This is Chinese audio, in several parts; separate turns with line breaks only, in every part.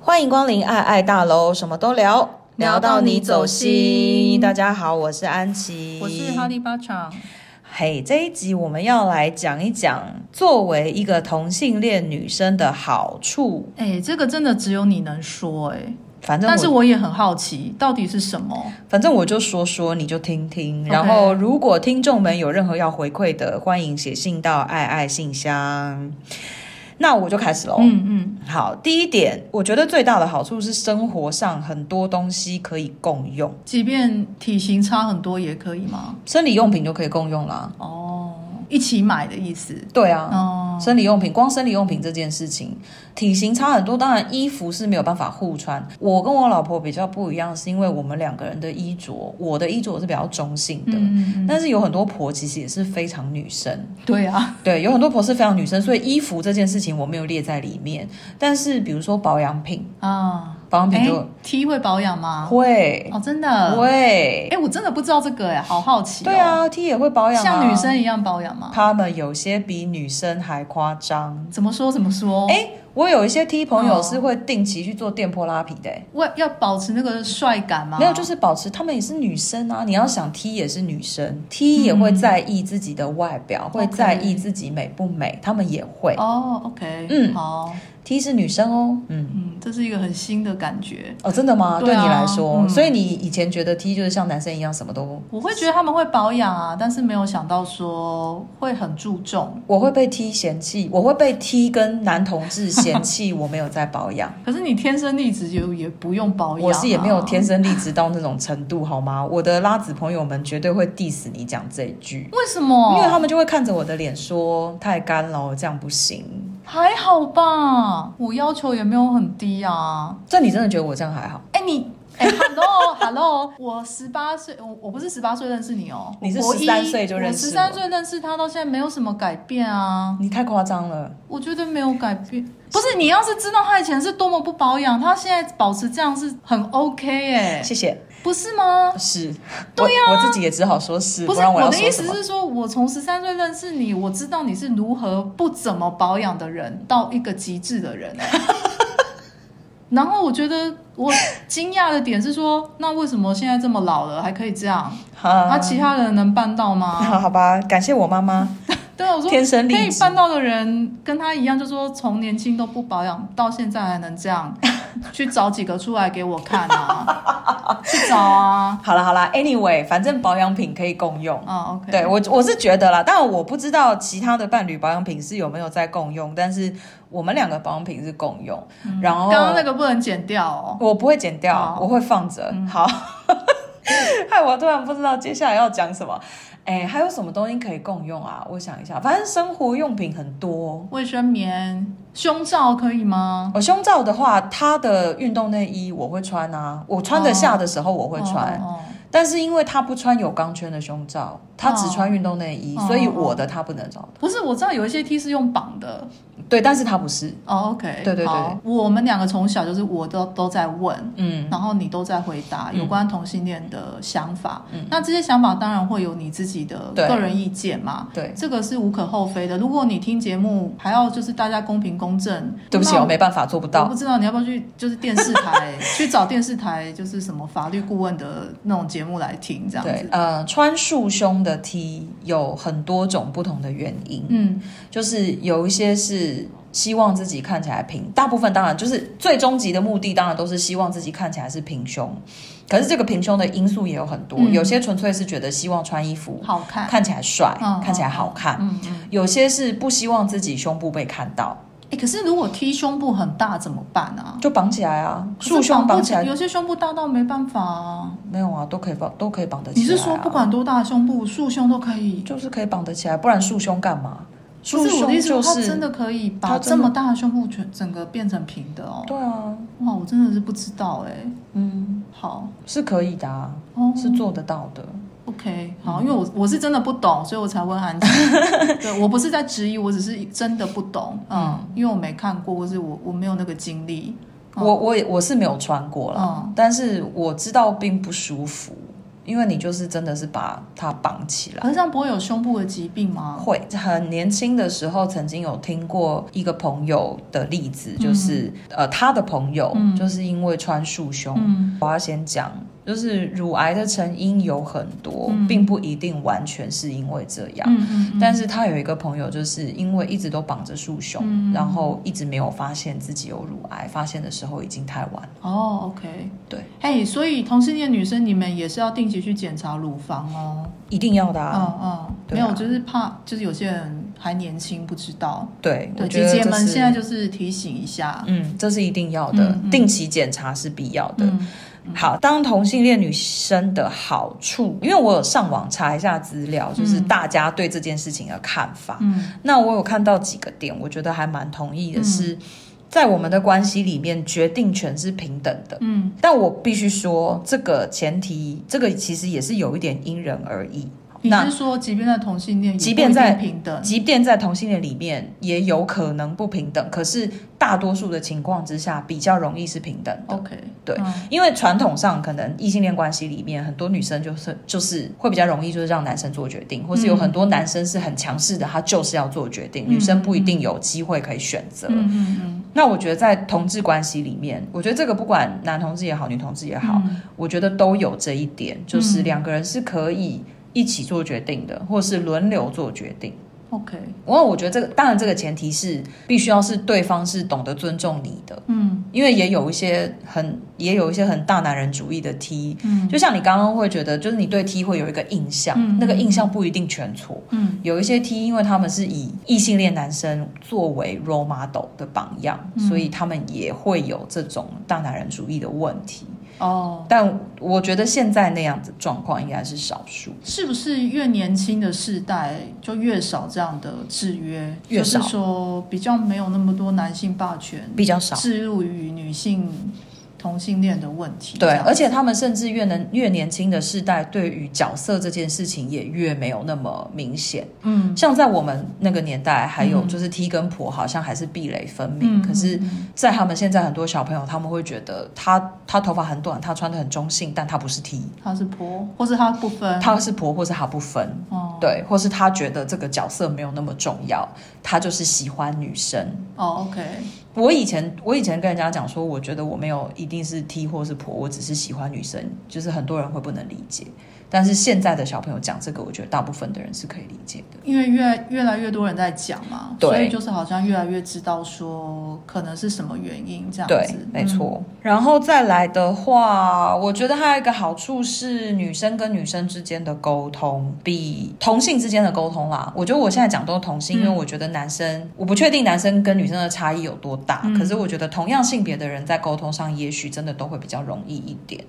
欢迎光临爱爱大楼，什么都聊，
聊到
到
你走心
大家好，我是安琪，
我是哈利巴场，
嘿这一集我们要来讲一讲，作为一个同性恋女生的好处。
哎、这个真的只有你能说哎、
反正
但是
我
我也很好奇，到底是什么？
反正我就说说，你就听听。
OK
然后，如果听众们有任何要回馈的，欢迎写信到爱爱信箱。那我就开始喽。
嗯嗯，
好，第一点，我觉得最大的好处是生活上很多东西可以共用，
即便体型差很多也可以吗？
生理用品就可以共用啦。
哦，一起买的意思。
对啊，
哦，
生理用品，光生理用品这件事情，体型差很多，当然衣服是没有办法互穿。我跟我老婆比较不一样，是因为我们两个人的衣着，我的衣着是比较中性的。
嗯，
但是有很多婆其实也是非常女生，
对啊，
对，有很多婆是非常女生，所以衣服这件事情我没有列在里面。但是比如说保养品，
啊，
保养品
哎、
就
t 会保养吗？
会、
哦，真的。
会
哎、，我真的不知道这个哎、好好奇、哦。
对，啊，T 也会保养、啊，
像女生，一样保养吗？
他们有些比女生还夸张。
怎么说怎么说？
哎、我有一些 T 朋友
哦
是会定期去做电波拉皮的、欸，
我要保持那个帅感吗？
没有，就是保持他们也是女生啊。你要想 T 也是女生，T
嗯
也会在意自己的外表，会在意自己美不美，他们也会。
哦，OK，
嗯
好，
T 是女生哦，嗯。
嗯，这是一个很新的感觉。
哦，真的吗？
对啊
你来说，
嗯
所以你以前觉得 T 就是像男生一样什么都，
我会觉得他们会保养啊，但是没有想到说会很注重。
我会被 T 嫌弃，我会被 T 跟男同志嫌弃，我没有在保养。
可是你天生丽质就也不用 保养、啊，
我是也没有天。生丽质到那种程度，好吗？我的拉子朋友们绝对会 diss 你讲这一句，
为什么？
因为他们就会看着我的脸说太干了，这样不行。
还好吧，我要求也没有很低啊。
这你真的觉得我这样还好？
哎、你。哎、h e l l o hello，我 十八岁，我我不是十八岁认识你哦，
你是
我国一
13岁就认识
我，十
我
三岁认识他到现在没有什么改变啊。
你太夸张了。
我觉得没有改变。不是你要是知道他以前是多么不保养，他现在保持这样是很 OK 哎、
谢谢。
不是吗？
是，对呀、我自己也只好说是，
啊不是
然我要
的
说
意
什
思
么。
是说，我从十三岁认识你，我知道你是如何不怎么保养的人到一个极致的人、 哎然后我觉得我惊讶的点是说，那为什么现在这么老了还可以这样？那、
啊
其他人能办到 吗？
好好吧，感谢我妈妈，
对啊，我说
天生丽
可以
质
办到的人跟他一样，就说从年轻都不保养，到现在还能这 样，去找几个出来给我看啊，去找啊，
好了好了，anyway，反正保养品可以共用。
啊 OK，
对我我是觉得啦，但我不知道其他的伴侣保养品是有没有在共用，但是我们两个保养品是共用，然后
嗯刚刚那个不能剪掉哦，嗯
我不会剪掉，
好
我会放着。好， 害我突然不知道接下来要讲什么。哎，还有什么东西可以共用啊？我想一下，反正生活用品很多。
卫生棉、胸罩可以吗？
我胸罩的话，它的运动内衣我会穿啊，我穿得下的时候我会穿，
哦，
但是因为他不穿有钢圈的胸罩，他只穿运动内衣，
哦
所以我的他不能找。
哦不是，我知道有一些 T 是用绑的，
对，但是他不是，
哦，OK，
对对对
好，我们两个从小就是我都都在问，
嗯，
然后你都在回答
嗯
有关同性恋的想法，那这些想法当然会有你自己的
对
个人意见嘛，
对。
这个是无可厚非的。如果你听节目还要就是大家公平公正，
对不起，哦
那
我没办法做不
我
到。
不知道你要不要去就是电 视台去找电视台就是什么法律顾问的那种节目来听这样
对
子，。
呃，穿束胸的 T 有很多种不同的原因，
嗯，
就是有一些是希望自己看起来平，大部分当然就是最终极的目的，当然都是希望自己看起来是平胸。可是这个平胸的因素也有很多，
嗯
有些纯粹是觉得希望穿衣服
好看，
看起来帅，
嗯
看起来好看。
嗯嗯。
有些是不希望自己胸部被看到，
哎，可是如果 T 胸部很大怎么办啊？
就绑起来啊，束
可是
胸
不
绑起来
有些胸部大到没办法啊。
没有啊，都可以绑，都可以绑得起
你
来、啊。
是说不管多大的胸部，束胸都可以？
就是可以绑得起来，不然束胸干嘛？
不
束
是我的
胸
意思，
就
它
是
真的可以把
它真
这
的
么大的胸部全整个变成平的哦。
对啊，
哇，我真的是不知道哎、
嗯，
好，
是可以的、啊，
哦，
是做得到的。
OK，好，因为我我是真的不懂，所以我才 问安琪。对我不是在质疑，我只是真的不懂，嗯，因为我没看过，或是我我没有那个经历。嗯
我我也我是没有穿过啦，
嗯
但是我知道并不舒服。因为你就是真的是把它绑起来。
可是这样不会有胸部的疾病吗？
会很年轻的时候，曾经有听过一个朋友的例子，就是、呃，他的朋友、
嗯
就是因为穿束胸。
嗯
我要先讲，就是乳癌的成因有很多，
嗯
并不一定完全是因为这样。
嗯嗯，
但
是
是他有一个朋友，就是因为一直都绑着束胸，
嗯
然后一直没有发现自己有乳癌，发现的时候已经太晚了。
哦，OK，
对，
嘿，所以同性恋女生你们也是要定期去检查乳房哦。
一定要的、
嗯
啊，
嗯，
对
没有，
啊
就是怕，就是有些人还年轻不知道。
对，
嗯对，
我
姐
觉得
姐
这
们
是
现在就是提醒一下。
嗯，这是一定要的，
嗯嗯
定期检查是必要的。
嗯
好，当同性恋女生的好处，因为我有上网查一下资料，就是
嗯
大家对这件事情的看法。
嗯
那我有看到几个点，我觉得还蛮同意的
嗯
是，在我们的关系里面，决定权是平等的。
嗯
但我必须说，这个前提，这个其实也是有一点因人而异。
你
那
是说，即便在同性恋，
即便在
平等，
即便在同性恋里面，也有可能不平等，可是大多数的情况之下，比较容易是平等的。
OK，
对
嗯
因为传统上，可能异性恋关系里面，很多女生就是就是会比较容易，就是让男生做决定，或是有
嗯
很多男生是很强势的，他就是要做决定，
嗯
女生不一定有机会可以选择。
嗯嗯嗯，
那我觉得在同志关系里面，我觉得这个不管男同志也好，女同志也好，
嗯
我觉得都有这一点，就是
嗯
两个人是可以一起做决定的，或是轮流做决定。
，OK，
不过我觉得这个当然这个前提是必须要是对方是懂得尊重你的，
嗯
因为也有一些很也有一些很大男人主义的 T，
嗯
就像你刚刚会觉得，就是你对 T 会有一个印象，
嗯
那个印象不一定全错。
嗯
有一些 T，因为他们是以异性恋男生作为 role model 的榜样，
嗯
所以他们也会有这种大男人主义的问题。
哦，
但我觉得现在那样子状况应该是少数。
是不是越年轻的世代就越少这样的制约？
越少
就是说比较没有那么多男性霸权
比较少。
置入于女性同性恋的问题。
对
这，样
而且他们甚至越能越年轻的世代，对于角色这件事情也越没有那么明显。
嗯
像在我们那个年代，还有
嗯
就是 T 跟婆好像还是壁垒分明，
嗯，
可是。
嗯
在他们现在很多小朋友，他们会觉得他他头发很短，他穿的很中性，但他不是 T，
他是婆，或是他不分，
他是婆或是他不分，
哦
对，或是他觉得这个角色没有那么重要，他就是喜欢女生。
哦，OK，
我以前我以前跟人家讲说，我觉得我没有一定是 T 或是婆，我只是喜欢女生，就是很多人会不能理解。但是现在的小朋友讲这个，我觉得大部分的人是可以理解的。
因为越越来越多人在讲嘛，
对
所以就是好像越来越知道说可能是什么原因这样
对
子，，
没错。嗯然后再来的话，我觉得还有一个好处是，女生跟女生之间的沟通比同性之间的沟通啦。我觉得我现在讲都是同性，
嗯
因为我觉得男生，我不确定男生跟女生的差异有多大，
嗯
可是我觉得同样性别的人在沟通上，也许真的都会比较容易一点。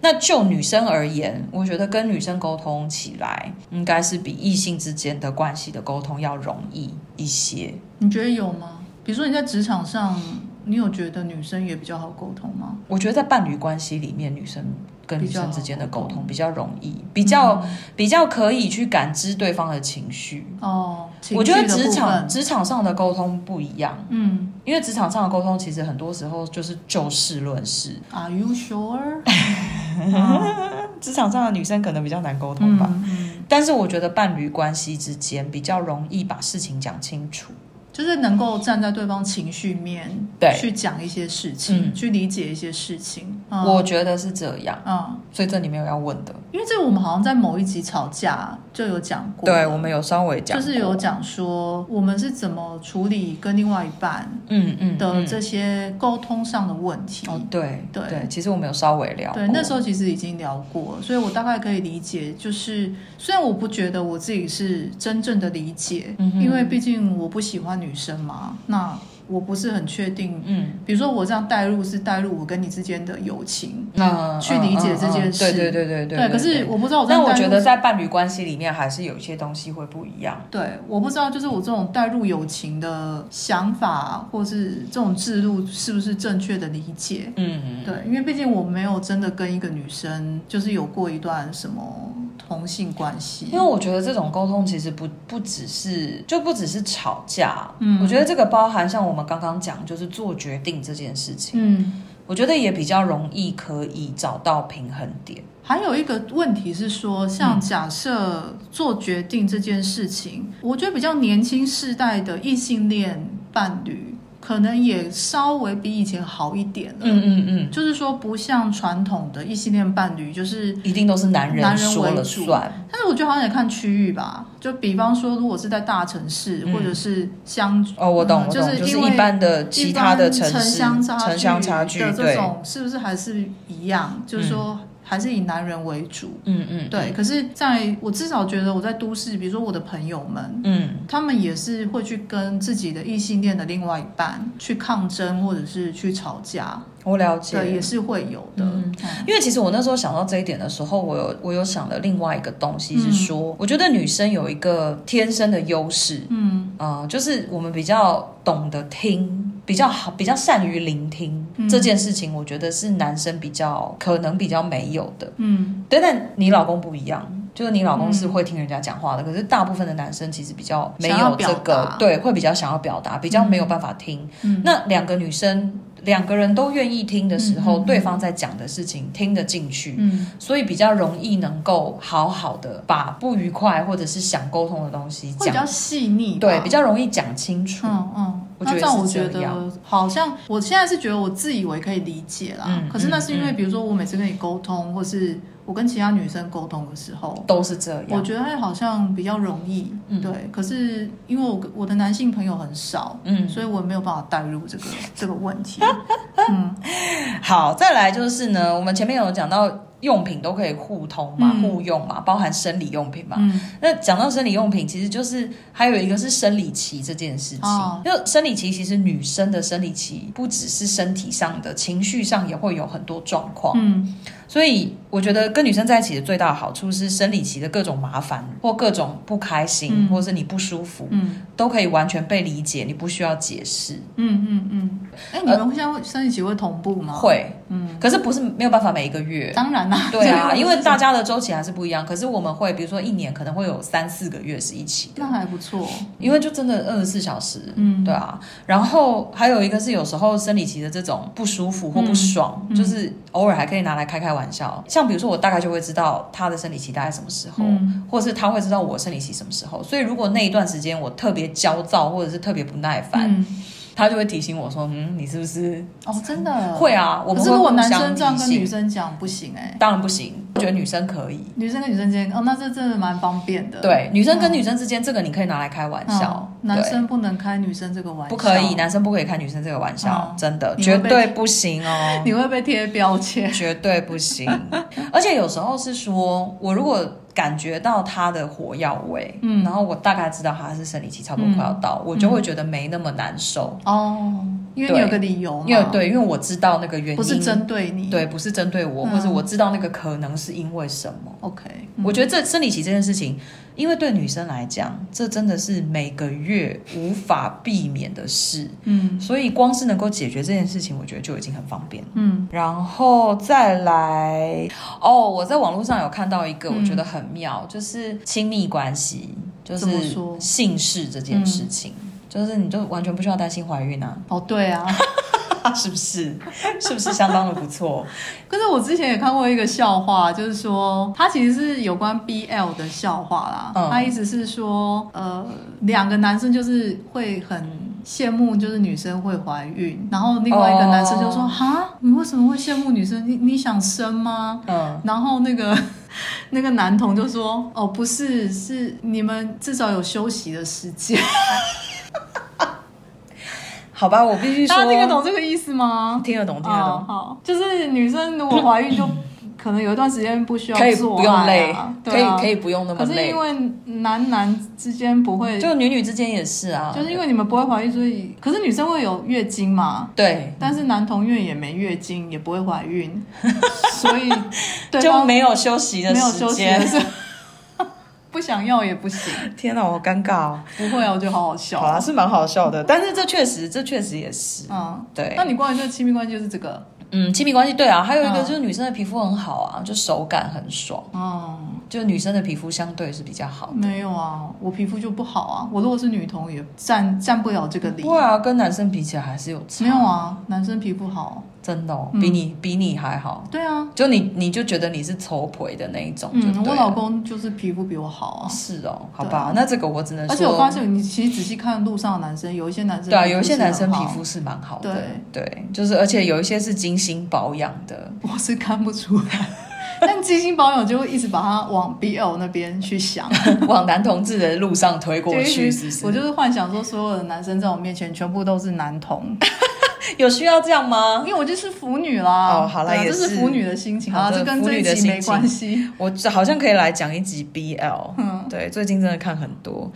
那就女生而言，我觉得跟女生沟通起来，应该是比异性之间的关系的沟通要容易一些。
嗯你觉得有吗？比如说你在职场上，你有觉得女生也比较好沟通吗？
我觉得在伴侣关系里面，女生跟女
比较
生
好
之间的沟
沟
通
通
比较容易，比较、
嗯
比较可以去感知对方的情绪。
哦，
我觉
情
得
绪的
职
部
场
分
职场上的沟通不一样，
嗯
因为职场上的沟通其实很多时候就是就事论事。
，Are you sure？啊
职场上的女生可能比较难沟通
嗯
吧，
嗯，
但是我觉得伴侣关系之间比较容易把事情讲清楚。
就是能够站在对方情绪面，
对
去讲一些事情，
嗯
去理解一些事情。嗯
我觉得是这样，
嗯，
所以这里面有要问的，
因为这我们好像在某一集吵架就有讲过，
对我们有稍微讲
就
过，
是有讲说我们是怎么处理跟另外一半
嗯嗯
的
嗯
这些沟通上的问题。
哦，对
对
其实我们有稍微聊过，
对，那时候其实已经聊过了，所以我大概可以理解，就是虽然我不觉得我自己是真正的理解，
嗯哼
因为毕竟我不喜欢女生嘛，那我不是很确定。
嗯，
比如说我这样带入是带入我跟你之间的友情，
那
去理解这件
嗯
事
嗯嗯嗯对对对对对
可是我不知道我这
但
样
我
带
觉
入
得在伴侣关系里面，还是有一些东西会不一样。
对，我不知道，就是我这种带入友情的想法，或是这种制度是不是正确的理解？
嗯，
对，因为毕竟我没有真的跟一个女生就是有过一段什么同性关系
因为。我觉得这种沟通其实不不只是就不只是吵架，
嗯
我觉得这个包含像我们刚刚讲，就是做决定这件事情。
嗯
我觉得也比较容易可以找到平衡点。
还有一个问题是说，
嗯
像假设做决定这件事情，我觉得比较年轻世代的异性恋伴侣，可能也稍微比以前好一点了。
嗯嗯嗯，
就是说，不像传统的异性恋伴侣，就是
一定都是男
男
人
人
说
为
了
主
算。
但是我觉得好像也看区域吧，就比方说，如果是在大城市、
嗯
或者是乡，
哦，我懂，
嗯
我
就
懂，
是
就是
因为
一般的其他的城
城
市
乡差
城乡差距，
的这
对，
种，是不是还是一样？就是说，还是以男人为主。
嗯嗯，
对，可是在我至少觉得我在都市，比如说我的朋友们，
嗯，
他们也是会去跟自己的异性恋的另外一半去抗争，或者是去吵架，
我了解，
对，也是会有的。
嗯因为其实我那时候想到这一点的时候，我有我有想了另外一个东西，
嗯
是说、我觉得女生有一个天生的优势，
嗯
啊、就是我们比较懂得听，比较好，比较善于聆听、
嗯
这件事情，我觉得是男生比较可能比较没有的。
嗯
对，但你老公不一样。就是你老公是会听人家讲话的，可是大部分的男生其实比较没
想要
有这
表
个
达，
对，会比较想要表达，比较没有办法听。
嗯，
那两个女生两个人都愿意听的时候，
嗯嗯嗯
对方在讲的事情听得进去，
嗯
所以比较容易能够好好的把不愉快或者是想沟通的东西
会比
讲，
较细腻吧，
对，比较容易讲清楚。
嗯嗯，
我觉
那
得
这样
是
我觉
这样
得好像我现在是觉得我自以为可以理解啦，
嗯
可是那是因为
嗯嗯
比如说我每次跟你沟通，或是我跟其他女生沟通的时候。
都是这
我
样，
觉得好像比较容易，
嗯
对。可是因为我我的男性朋友很少，
嗯，
所以我没有办法带入 这个这个问题。嗯
好，再来就是呢，我们前面有讲到用品都可以互通嘛，
嗯
互用嘛，包含生理用品嘛，
嗯
那讲到生理用品，其实就是还有一个是生理期这件事情。
哦
就生理期，其实女生的生理期不只是身体上的，情绪上也会有很多状况。
嗯
所以我觉得跟女生在一起的最大的好处是，生理期的各种麻烦或各种不开心，
嗯
或是你不舒服，
嗯
都可以完全被理解，你不需要解释。
嗯嗯嗯。哎、你们现在会生理期会同步吗？，
会，
嗯，
可是不是没有办法每一个 月。
当然 啦。
对啊，
这个
因为大家的周期还是不一样。可是我们会，比如说一年可能会有三四个月是一起的
那，还不错。
因为就真的二十四小时，
嗯
对啊。然后还有一个是有时候生理期的这种不舒服或不爽，
嗯嗯
就是偶尔还可以拿来开开玩笑。像比如说我大概就会知道他的生理期大概什么时候，
嗯
或是他会知道我生理期什么时候。所以如果那一段时间我特别焦躁或者是特别不耐烦，
嗯
他就会提醒我说：“嗯，你是不是
哦，真的
会啊？”我
可
们
是
会
如果
互
男
相
生这样
提
跟
醒
女生讲不行哎、
当然不行，我觉得女生可以。
女生跟女生之间哦，那这真的蛮方便的。
对，女生跟女生之间，这个你可以拿来开玩笑
嗯，，男
对
生不能开女生这个玩
不
笑，
可以，，男生不可以开女生这个玩笑，
嗯
真的
你
绝
会被
对不行哦，
你会被贴标签。
绝对不行。而且有时候是说，我如果感觉到他的火药味，
嗯
然后我大概知道他是生理期差不多快要到，我就会觉得没那么难受，
哦，因为
对
你有个理由嘛，
因为，对，因为我知道那个原因
嗯不是针对你。
对，不是针对我，
嗯
或者我知道那个可能是因为什么。
，OK，嗯
我觉得这生理期这件事情，因为对女生来讲，这真的是每个月无法避免的事。
嗯
所以光是能够解决这件事情，我觉得就已经很方便了。
嗯
然后再来哦，我在网络上有看到一个，
嗯
我觉得很妙，就是亲密关系，就
怎么
是
说嗯
性事这件事情，就是你就完全不需要担心怀孕 啊，
哦，对啊。
是不 是？是不是相当的不错？
可是我之前也看过一个笑话，就是说它其实是有关 BL 的笑话啦。
嗯
它意思是说，呃，两个男生就是会很。羡慕就是女生会怀孕，然后另外一个男生就说：“
哦
哈、你为什么会羡慕女生？你你想生吗
嗯？”，
然后那个 那个男童就说：“哦，不是，是你们至少有休息的时间。
好吧，我必”须说
大家听得懂这个意思吗？
听得懂，听得
哦
懂。
好，就是女生如果怀孕就可能有一段时间不需要
可以
做
不用
爱
累
啊，
可
对
以
啊
可以不用那么
可是
累
因，为男男之间不会，就
就女女之间也是啊，
是因为你们不会怀孕，所以可是女生会有月经嘛，
对，
但是男同月也没月经，也不会怀 孕，所以对
就
方
没有休息的
没有
时
休息的
间。
时候， 不想要也不行，
天哪，好尴尬哦。
不会啊，我觉得好好笑
好。啦，是蛮好笑的，但是这确实，这确实也是，
嗯，
对
那，你关于这个亲密关系就是这个，
嗯，亲密关系对啊，还有一个
嗯
就是女生的皮肤很好啊，就手感很爽，
嗯，
就女生的皮肤相对是比较好的。
没有啊，我皮肤就不好啊，我如果是女同也占占不了这个理
不，会啊，跟男生比起来还是有差。
没有，啊，男生皮肤好，
真的、哦，
嗯
比你、比你还好。
对啊，
就你你就觉得你是丑婆的那一种，就
嗯，
对了
我老公就是皮肤比我好啊。
是哦，好吧，那这个我只能说，
而且我发现，你其实仔细看路上的男生，有一些男生
对啊，
皮肤
有一些
是很
男生皮
好，
肤是蛮好的，对，就是而且有一些是精心保养的，
我是看不出来。 但基金保养就会一直把它往 BL 那边去想，
往男同志的路上推 过
就
去，
一
是不
直
是？
我就是幻想说，所有的男生在我面前全部都是男同，
有需要这样吗
因？为我就是腐女啦。
哦好啦
对啊
也
这
是
是腐女的心情
好
啊，
的
这跟
腐
这
女
一
的
集没
心情
关系。
我这好像可以来讲一集 BL，、
嗯
对，最近真的看很多。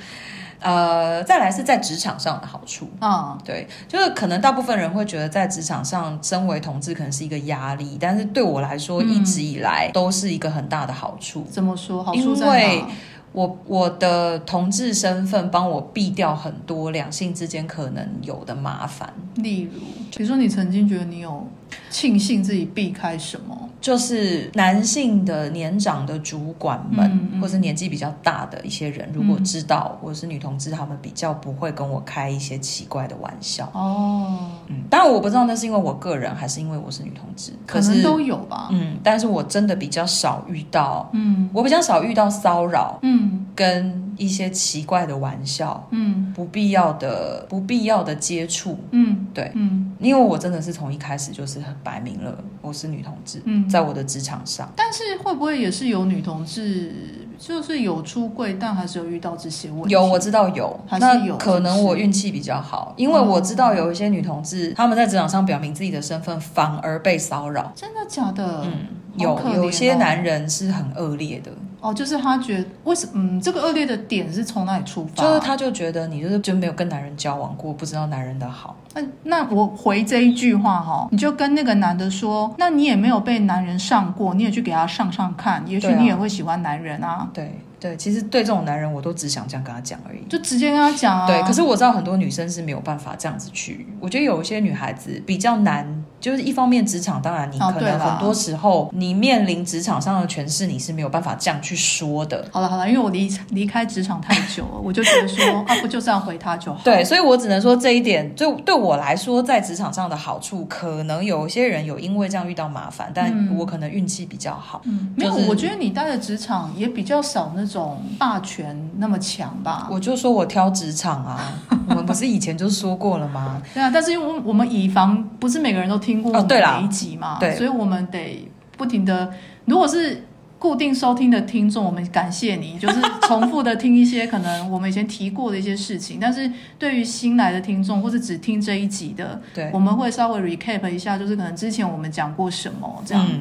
呃，再来是在职场上的好处，
啊，
对，就是可能大部分人会觉得在职场上，身为同志可能是一个压力，但是对我来说，
嗯
一直以来都是一个很大的好处。
怎么说？好
因
处在
为
哪？
我我的同志身份帮我避掉很多两性之间可能有的麻烦，
例如，比如说你曾经觉得你有庆幸自己避开什么？
就是男性的年长的主管们，
嗯嗯
或是年纪比较大的一些人，如果知道我是女同志，他们比较不会跟我开一些奇怪的玩笑。
哦，
嗯，当然我不知道那是因为我个人还是因为我是女同志，
可
是
能都有吧。
嗯，但是我真的比较少遇到，
嗯
我比较少遇到骚扰
嗯
跟一些奇怪的玩笑，
嗯
不必要的不必要的接触。
嗯，
对，
嗯
因为我真的是从一开始就是很摆明了我是女同志，
嗯。
在我的职场上，
但是会不会也是有女同志，就是有出柜，但还是有遇到这些问题？
有我知道有，
还是
那
有
可
是
能
不是嗯
我运气比较好，因为我知道有一些女同志，她们在职场上表明自己的身份，反而被骚扰。
真的假的？
嗯，
好
有
可怜
有些
哦
男人是很恶劣的，
哦，就是他觉得为什嗯，这个恶劣的点是从哪里出发？
就是他就觉得你就是就没有跟男人交往过，不知道男人的好。
那那我回这一句话哈、你就跟那个男的说，那你也没有被男人上过，你也去给他上上看，也许
对啊
你也会喜欢男人啊，
对对，其实对这种男人，我都只想这样跟他讲而已。
就直接跟他讲啊。
对，可是我知道很多女生是没有办法这样子去。我觉得有一些女孩子比较难，就是一方面职场，当然你
哦
可
对
能
啦
很多时候你面临职场上的权势，你是没有办法这样去说的。
好了好了，因为我离离开职场太久了，我就觉得说啊，不就这样回他就好。
对，所以我只能说这一点，就对我来说，在职场上的好处，可能有一些人有因为这样遇到麻烦，但
嗯
我可能运气比较好。
嗯，没有，
就是
我觉得你待的职场也比较少那种霸权那么强吧。
我就说我挑职场 啊，我们不是以前就说过了吗？
对啊，但是因为我我们以防不是每个人都听过
哦对啦
每一集嘛，
对
所以我们得不停的，如果是。固定收听的听众，我们感谢你，就是重复的听一些可能我们以前提过的一些事情。但是对于新来的听众，或者只听这一集的，
对，
我们会稍微 recap 一下，就是可能之前我们讲过什么 这样。
嗯，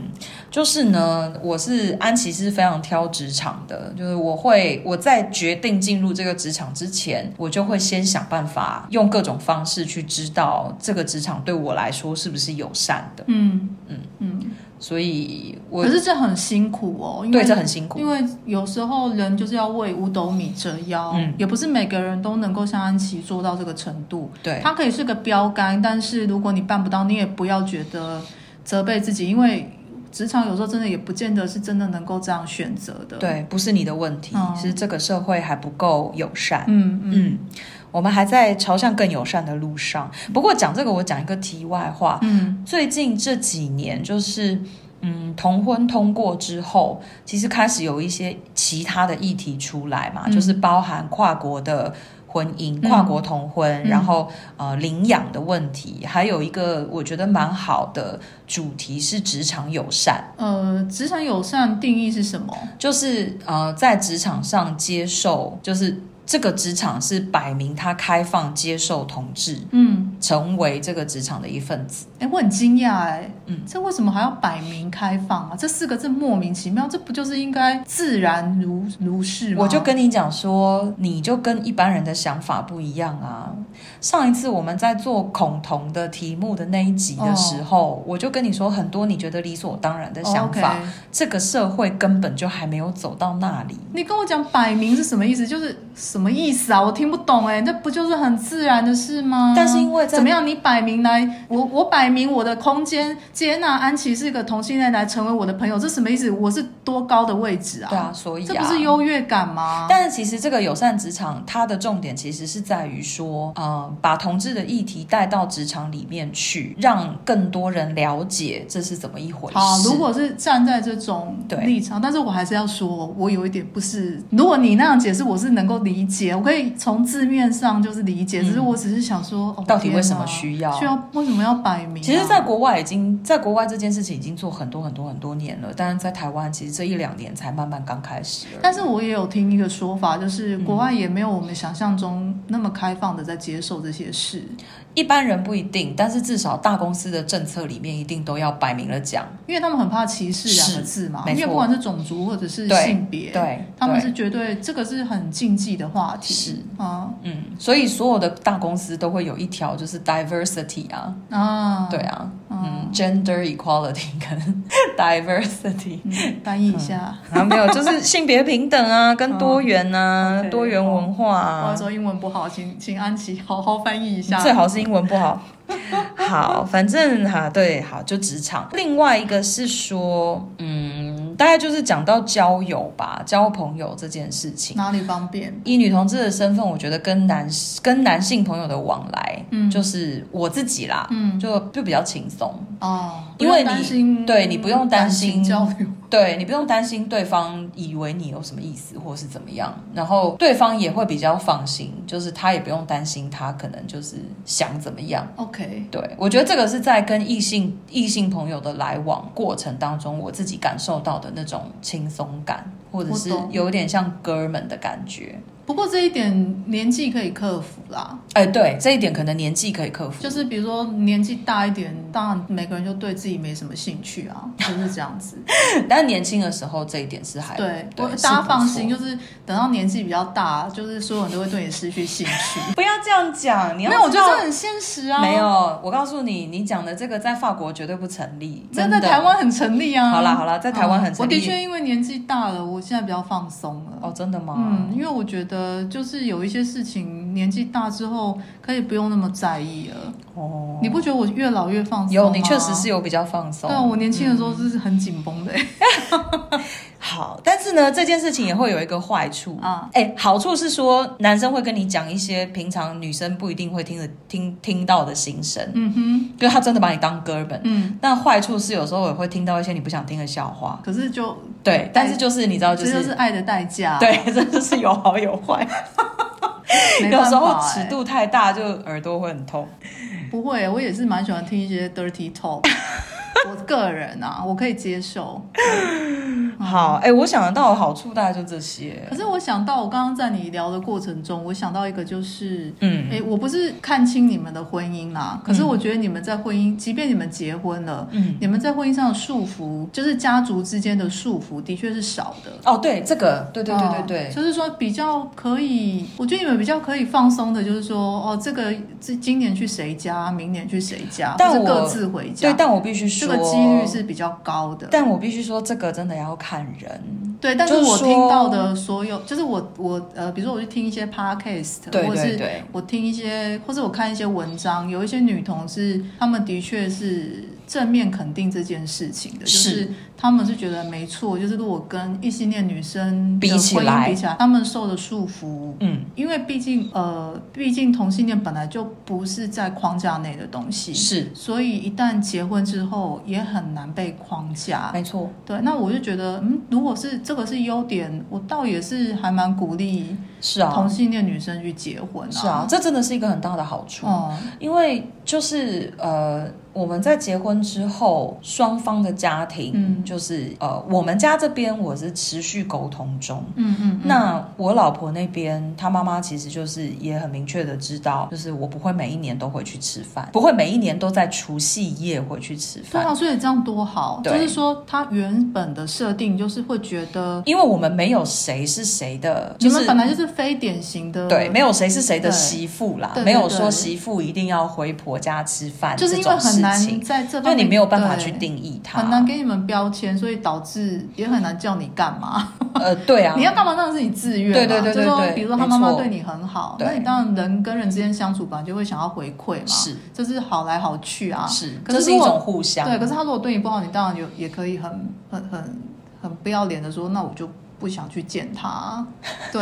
就是呢，我是安琪是非常挑职场的，就是我会我在决定进入这个职场之前，我就会先想办法用各种方式去知道这个职场对我来说是不是友善的，
嗯
嗯
嗯，
所以我
可是这很辛苦哦，因为
对这很辛苦
因。为有时候人就是要为五斗米折腰，
嗯
也不是每个人都能够像安琪做到这个程度。
对，
它可以是个标杆，但是如果你办不到，你也不要觉得责备自己，因为职场有时候真的也不见得是真的能够这样选择的。，
对，不是你的问题，
嗯
是这个社会还不够友善。
嗯嗯
嗯，我们还在朝向更友善的路上。不过讲这个，我讲一个题外话，
嗯
最近这几年，就是嗯，同婚通过之后，其实开始有一些其他的议题出来嘛，
嗯
就是包含跨国的。婚姻、
嗯
跨国同婚，
嗯
然后呃领养的问题，还有一个我觉得蛮好的主题是职场友善，
呃，职场友善定义是什么？
就是呃在职场上接受，就是这个职场是摆明它开放接受同志，
嗯，
成为这个职场的一份子。
哎，我很惊讶哎，
嗯
这为什么还要摆明开放啊？这四个字莫名其妙，这不就是应该自然如如是吗？
我就跟你讲说，你就跟一般人的想法不一样啊。上一次我们在做恐同的题目的那一集的时候，
哦
我就跟你说，很多你觉得理所当然的想法
o k
这个社会根本就还没有走到那里。
你跟我讲摆明是什么意思？就是什么意思啊？我听不懂哎、那不就是很自然的事吗？
但是因为在
怎么样？你摆明来，我我摆明我的空间接纳安琪是一个同性恋来成为我的朋友，这什么意思？我是多高的位置啊？
对啊，所以、啊、
这不是优越感吗？
但是其实这个友善职场，它的重点其实是在于说，呃，把同志的议题带到职场里面去，让更多人了解这是怎么一回事。
好，如果是站在这种立场，但是我还是要说，我有一点不是，如果你那样解释，我是能够理解，我可以从字面上就是理解，只是我只是想说，哦、
嗯到底为什
天
么
哪
需要？
需要为什么要摆明啊、
其实，在国外已经在国外这件事情已经做很多很多很多年了，但是在台湾其实这一两年才慢慢刚开始而已。
但是我也有听一个说法，就是
嗯
国外也没有我们想象中那么开放的在接受这些事，
一般人不一定，但是至少大公司的政策里面一定都要摆明了讲，
因为他们很怕歧视两个字嘛，
是没
因
错
为不管是种族或者是
对
性别，
对，
他们
对
是绝对这个是很禁忌的话题，
是
啊
嗯，所以所有的大公司都会有一条就是 diversity 啊，
啊，
对啊，
嗯
嗯，gender equality 跟 diversity，
嗯，翻译一下，
然后没有就是性别平等啊，跟多元啊，
哦嗯，OK，
多元文化
我那
啊
时，候英文不好，请请安琪好好翻译一下，
最好是英文不好。好，反正哈、对，好就职场。另外一个是说，嗯，大概就是讲到交友吧，交朋友这件事情。
哪里方便？
以女同志的身份，我觉得跟男跟男性朋友的往来，
嗯
就是我自己啦，
嗯
就就比较轻松。
哦，
因为
不用担
你
心
对你不用担心
感情交流，
对你不用担心对方以为你有什么意思或是怎么样，然后对方也会比较放心，就是他也不用担心他可能就是想怎么样。
OK，
对，我觉得这个是在跟异性异性朋友的来往过程当中，我自己感受到的那种轻松感，或者是
我懂
有点像哥们的感觉。
不过这一点年纪可以克服啦，
哎，对，这一点可能年纪可以克服。
就是比如说年纪大一点，当然每个人就对自己没什么兴 趣啊，就是这样子。
但年轻的时候这一点是还
对，
对
我
是
大家
不
放
错
心，就是等到年纪比较大，就是所有人都会对你失去兴趣。
不要这样讲，你
没
要
有，我
知
觉
道
得这很现实啊。
没有，，我告诉你，你讲的这个在法国绝对不成立，
这
真
在
的。
台湾很成立啊。
好啦好啦在台湾很成立
嗯我的确因为年纪大了，我现在比较放松了。
哦，真的吗？
嗯，因为我觉得就是有一些事情，年纪大之后可以不用那么在意了。
哦，
你不觉得我越老越放松
有，
吗
你确实是。有比较放松。嗯
对啊，我年轻的时候是很紧绷的、欸
好，但是呢，这件事情也会有一个坏处
啊。
哎、好处是说男生会跟你讲一些平常女生不一定会听的听听到的心声，
嗯哼，
就是他真的把你当哥们。
嗯，
但坏处是有时候也会听到一些你不想听的笑话。
可是就
对，但是就是你知道，就
哎嗯这就是是爱的代价。，
对， 这就是有好有坏。
没
有
办
时候
法欸
尺度太大，就耳朵会很痛。
不会，我也是蛮喜欢听一些 dirty talk。我个人啊，我可以接受。嗯
好，哎、我想得到的好处大概就这些。
可是我想到，我刚刚在你聊的过程中，我想到一个就是。
嗯，
哎、我不是看清你们的婚姻啦，可是我觉得你们在婚姻，即便你们结婚了，
嗯，
你们在婚姻上的束缚，就是家族之间的束缚，的确是少的。
哦，对，这个，对对对对
哦
对，
就是说比较可以，我觉得你们比较可以放松的，就是说哦，这个这今年去谁家，明年去谁家，
但
或是
我
各自回
对，
家，
但我必须
这
说，
个几率，是比较高的。
但我必须说，这个真的要看人。
对，但是
就是
我
说
听到的所有，就是我我呃，比如说我去听一些 podcast，
对
或者
对
是
对，
我听一些，或者我看一些文章，有一些女同志，她们的确是正面肯定这件事情的，就是是她们是觉得没错，就是如果跟异性恋女生的
比起
婚姻
来
比起来，她们受的束缚。
嗯，
因为毕竟，呃，毕竟同性恋本来就不是在框架内的东西，
是，
所以一旦结婚之后，也很难被框架。
没错。
对，那我就觉得，嗯，如果是这个是优点，我倒也是还蛮鼓励
是啊，
同性恋女生去结婚
是啊，，这真的是一个啊很大的好处，
哦、
因为就是呃，我们在结婚之后，双方的家庭，
嗯
就是呃，我们家这边我是持续沟通中。
嗯嗯嗯，
那我老婆那边，她妈妈其实就是也很明确的知道，就是我不会每一年都回去吃饭，不会每一年都在除夕夜回去吃
对
饭，
啊，所以这样多好，就
对
是说他原本的设定就是会觉得
因为我们没有谁是谁的，
啊你
就
们
是
本来就是非典型的，
对，没有谁是谁的
对
媳妇啦
对，对
没有
对
说媳妇一定要回婆家吃饭，
就是因为很
事
难
情，
在这
因
方
为你
面
没有办法
对
去定义它。
很难给你们标签，所以导致也很难叫你干嘛。
呃，对啊
你，要干嘛当然是你自愿嘛。
对对对对
就说
对
比如说
没
他妈妈
错
对你很好，
对
那你当然人跟人之间相处本来就会想要回馈嘛。
是，
这是好来好去啊。
是，
可
这
是
是啊
如
一
果
种互相。
对，可是他如果对你不好，你当然有也可以很很很很不要脸的说，那我就不想去见他啊。对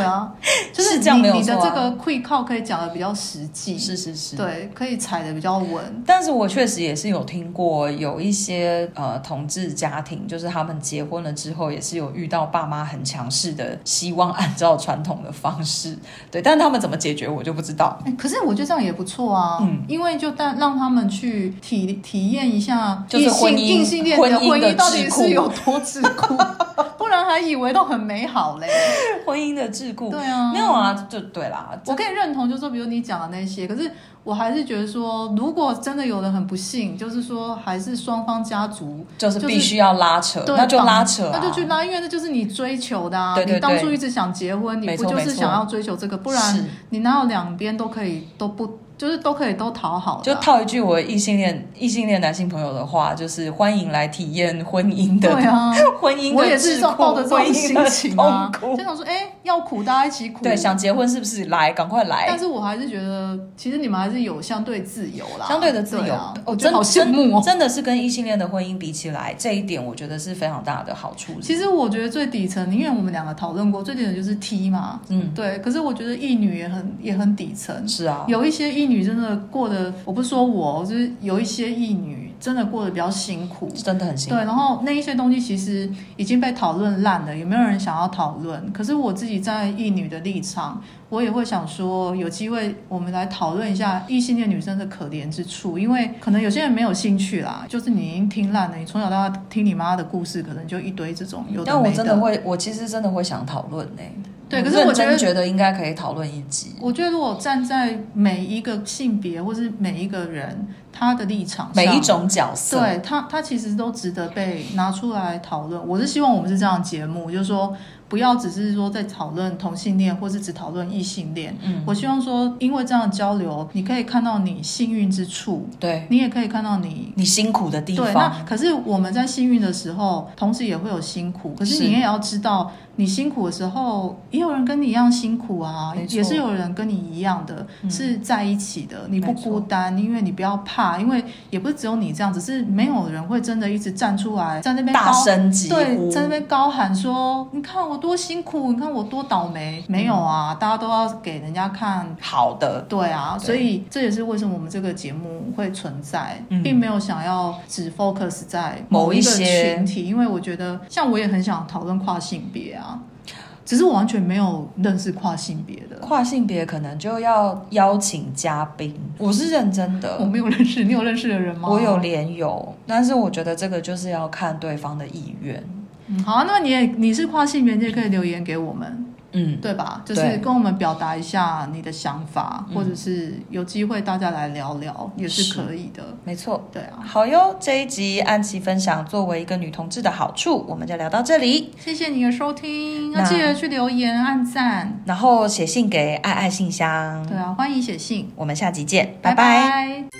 啊，就是是
这样
你
没有
你的
错
这
啊
个 quick call 可以讲的比较实际，
是是是，
对，可以踩的比较稳。
但是我确实也是有听过有一些呃同志家庭，就是他们结婚了之后，也是有遇到爸妈很强势的，希望按照传统的方式， 对，但是他们怎么解决我就不知道。
哎可是我觉得这样也不错啊，
嗯
因为就但让他们去体体验一下
就是
异性
婚姻
异性恋
婚
的
姻
婚
的
姻到
桎
底
梏
是有多桎梏， 不然还以为都很美好嘞。
婚姻的桎梏，
对啊，
没有啊，就对啦，
我可以认同，就是说，比如你讲的那些，可是我还是觉得说，如果真的有人很不幸，就是说还是双方家族，
就是
就是
必须要拉扯，
对
那就
绑
拉扯、啊，
那就去拉，因为那就是你追求的啊。
对对
你当
对
初一直想结婚，你
没
不
错
就
没
是
错
想要追求这个？不
是
然你哪有两边都可以都不，就是都可以都讨好的
就
啊、
套一句我异性恋异性恋男性朋友的话，就是欢迎来体验婚姻的、
对啊。
婚姻的桎梏，
我也是这种抱着这
婚
种
姻
心
的
情啊，
痛苦
就想说，哎、要苦大家一起苦。
对，想结婚是不是？来，赶快来
但！是我还是觉得，其实你们还是有相对自由啦，
相对的自由，
对啊、
哦，
真
真
好羡慕哦
真，真的是跟异性恋的婚姻比起来，这一点我觉得是非常大的好处。
其实我觉得最底层，因为我们两个讨论过，最底层就是 T 嘛，
嗯，
对。可是我觉得异女也很也很底层，
是啊，
有一些异女真的过得，我不是说我，就是有一些异女真的过得比较辛苦。
真的很辛
对，
苦。
然后那一些东西其实已经被讨论烂了，也没有人想要讨论。可是我自己在异女的立场，我也会想说，有机会我们来讨论一下异性恋女生的可怜之处，因为可能有些人没有兴趣啦，就是你已经听烂了，你从小到大听你妈的故事，可能就一堆这种有的
但
没
我真的会，我其实真的会想讨论呢。
对
我
可是我
认
觉得
真觉得应该可以讨论一集。
我觉得，如果站在每一个性别或是每一个人他的立场上，
每一种角色，
啊对他，他其实都值得被拿出来讨论。我是希望我们是这样的节目，就是说不要只是说在讨论同性恋，或是只讨论异性恋。
嗯，
我希望说，因为这样的交流，你可以看到你幸运之处，
对
你也可以看到你。
你辛苦的地
对，
方
那，可是我们在幸运的时候，同时也会有辛苦。可是
是
你也要知道，你辛苦的时候，也有人跟你一样辛苦啊，
没错
也是有人跟你一样的，
嗯
是在一起的。你不
没错
孤单，因为你不要怕，因为也不是只有你这样，只是没有人会真的一直站出来，在那边
大
高
声疾
对，
呼，
在那边高喊说：“你看我多辛苦，你看我多倒霉。”没有啊，大家都要给人家看
好的，
对啊，
对
所以这也是为什么我们这个节目会存在，
嗯
并没有想要只 focus 在
某
某
一
一个
些
群体，因为我觉得像我也很想讨论跨性别啊，只是我完全没有认识跨性别的，
跨性别可能就要邀请嘉宾，我是认真的，
我没有认识，你有认识的人吗？
呃我有，连友，但是我觉得这个就是要看对方的意愿。
嗯、好、啊，那么你也你是跨性别，你也可以留言给我们。
嗯，
对吧？就是
对嗯
跟我们表达一下你的想法，或者是有机会大家来聊聊也是
是
可以的。
没错。
对啊，
好哟，这一集安琪分享作为一个女同志的好处，我们就聊到这里。
谢谢你的收听，
那
要记得去留言、按赞。
然后写信给爱爱信箱，
对啊，欢迎写信，
我们下集见，拜拜
拜拜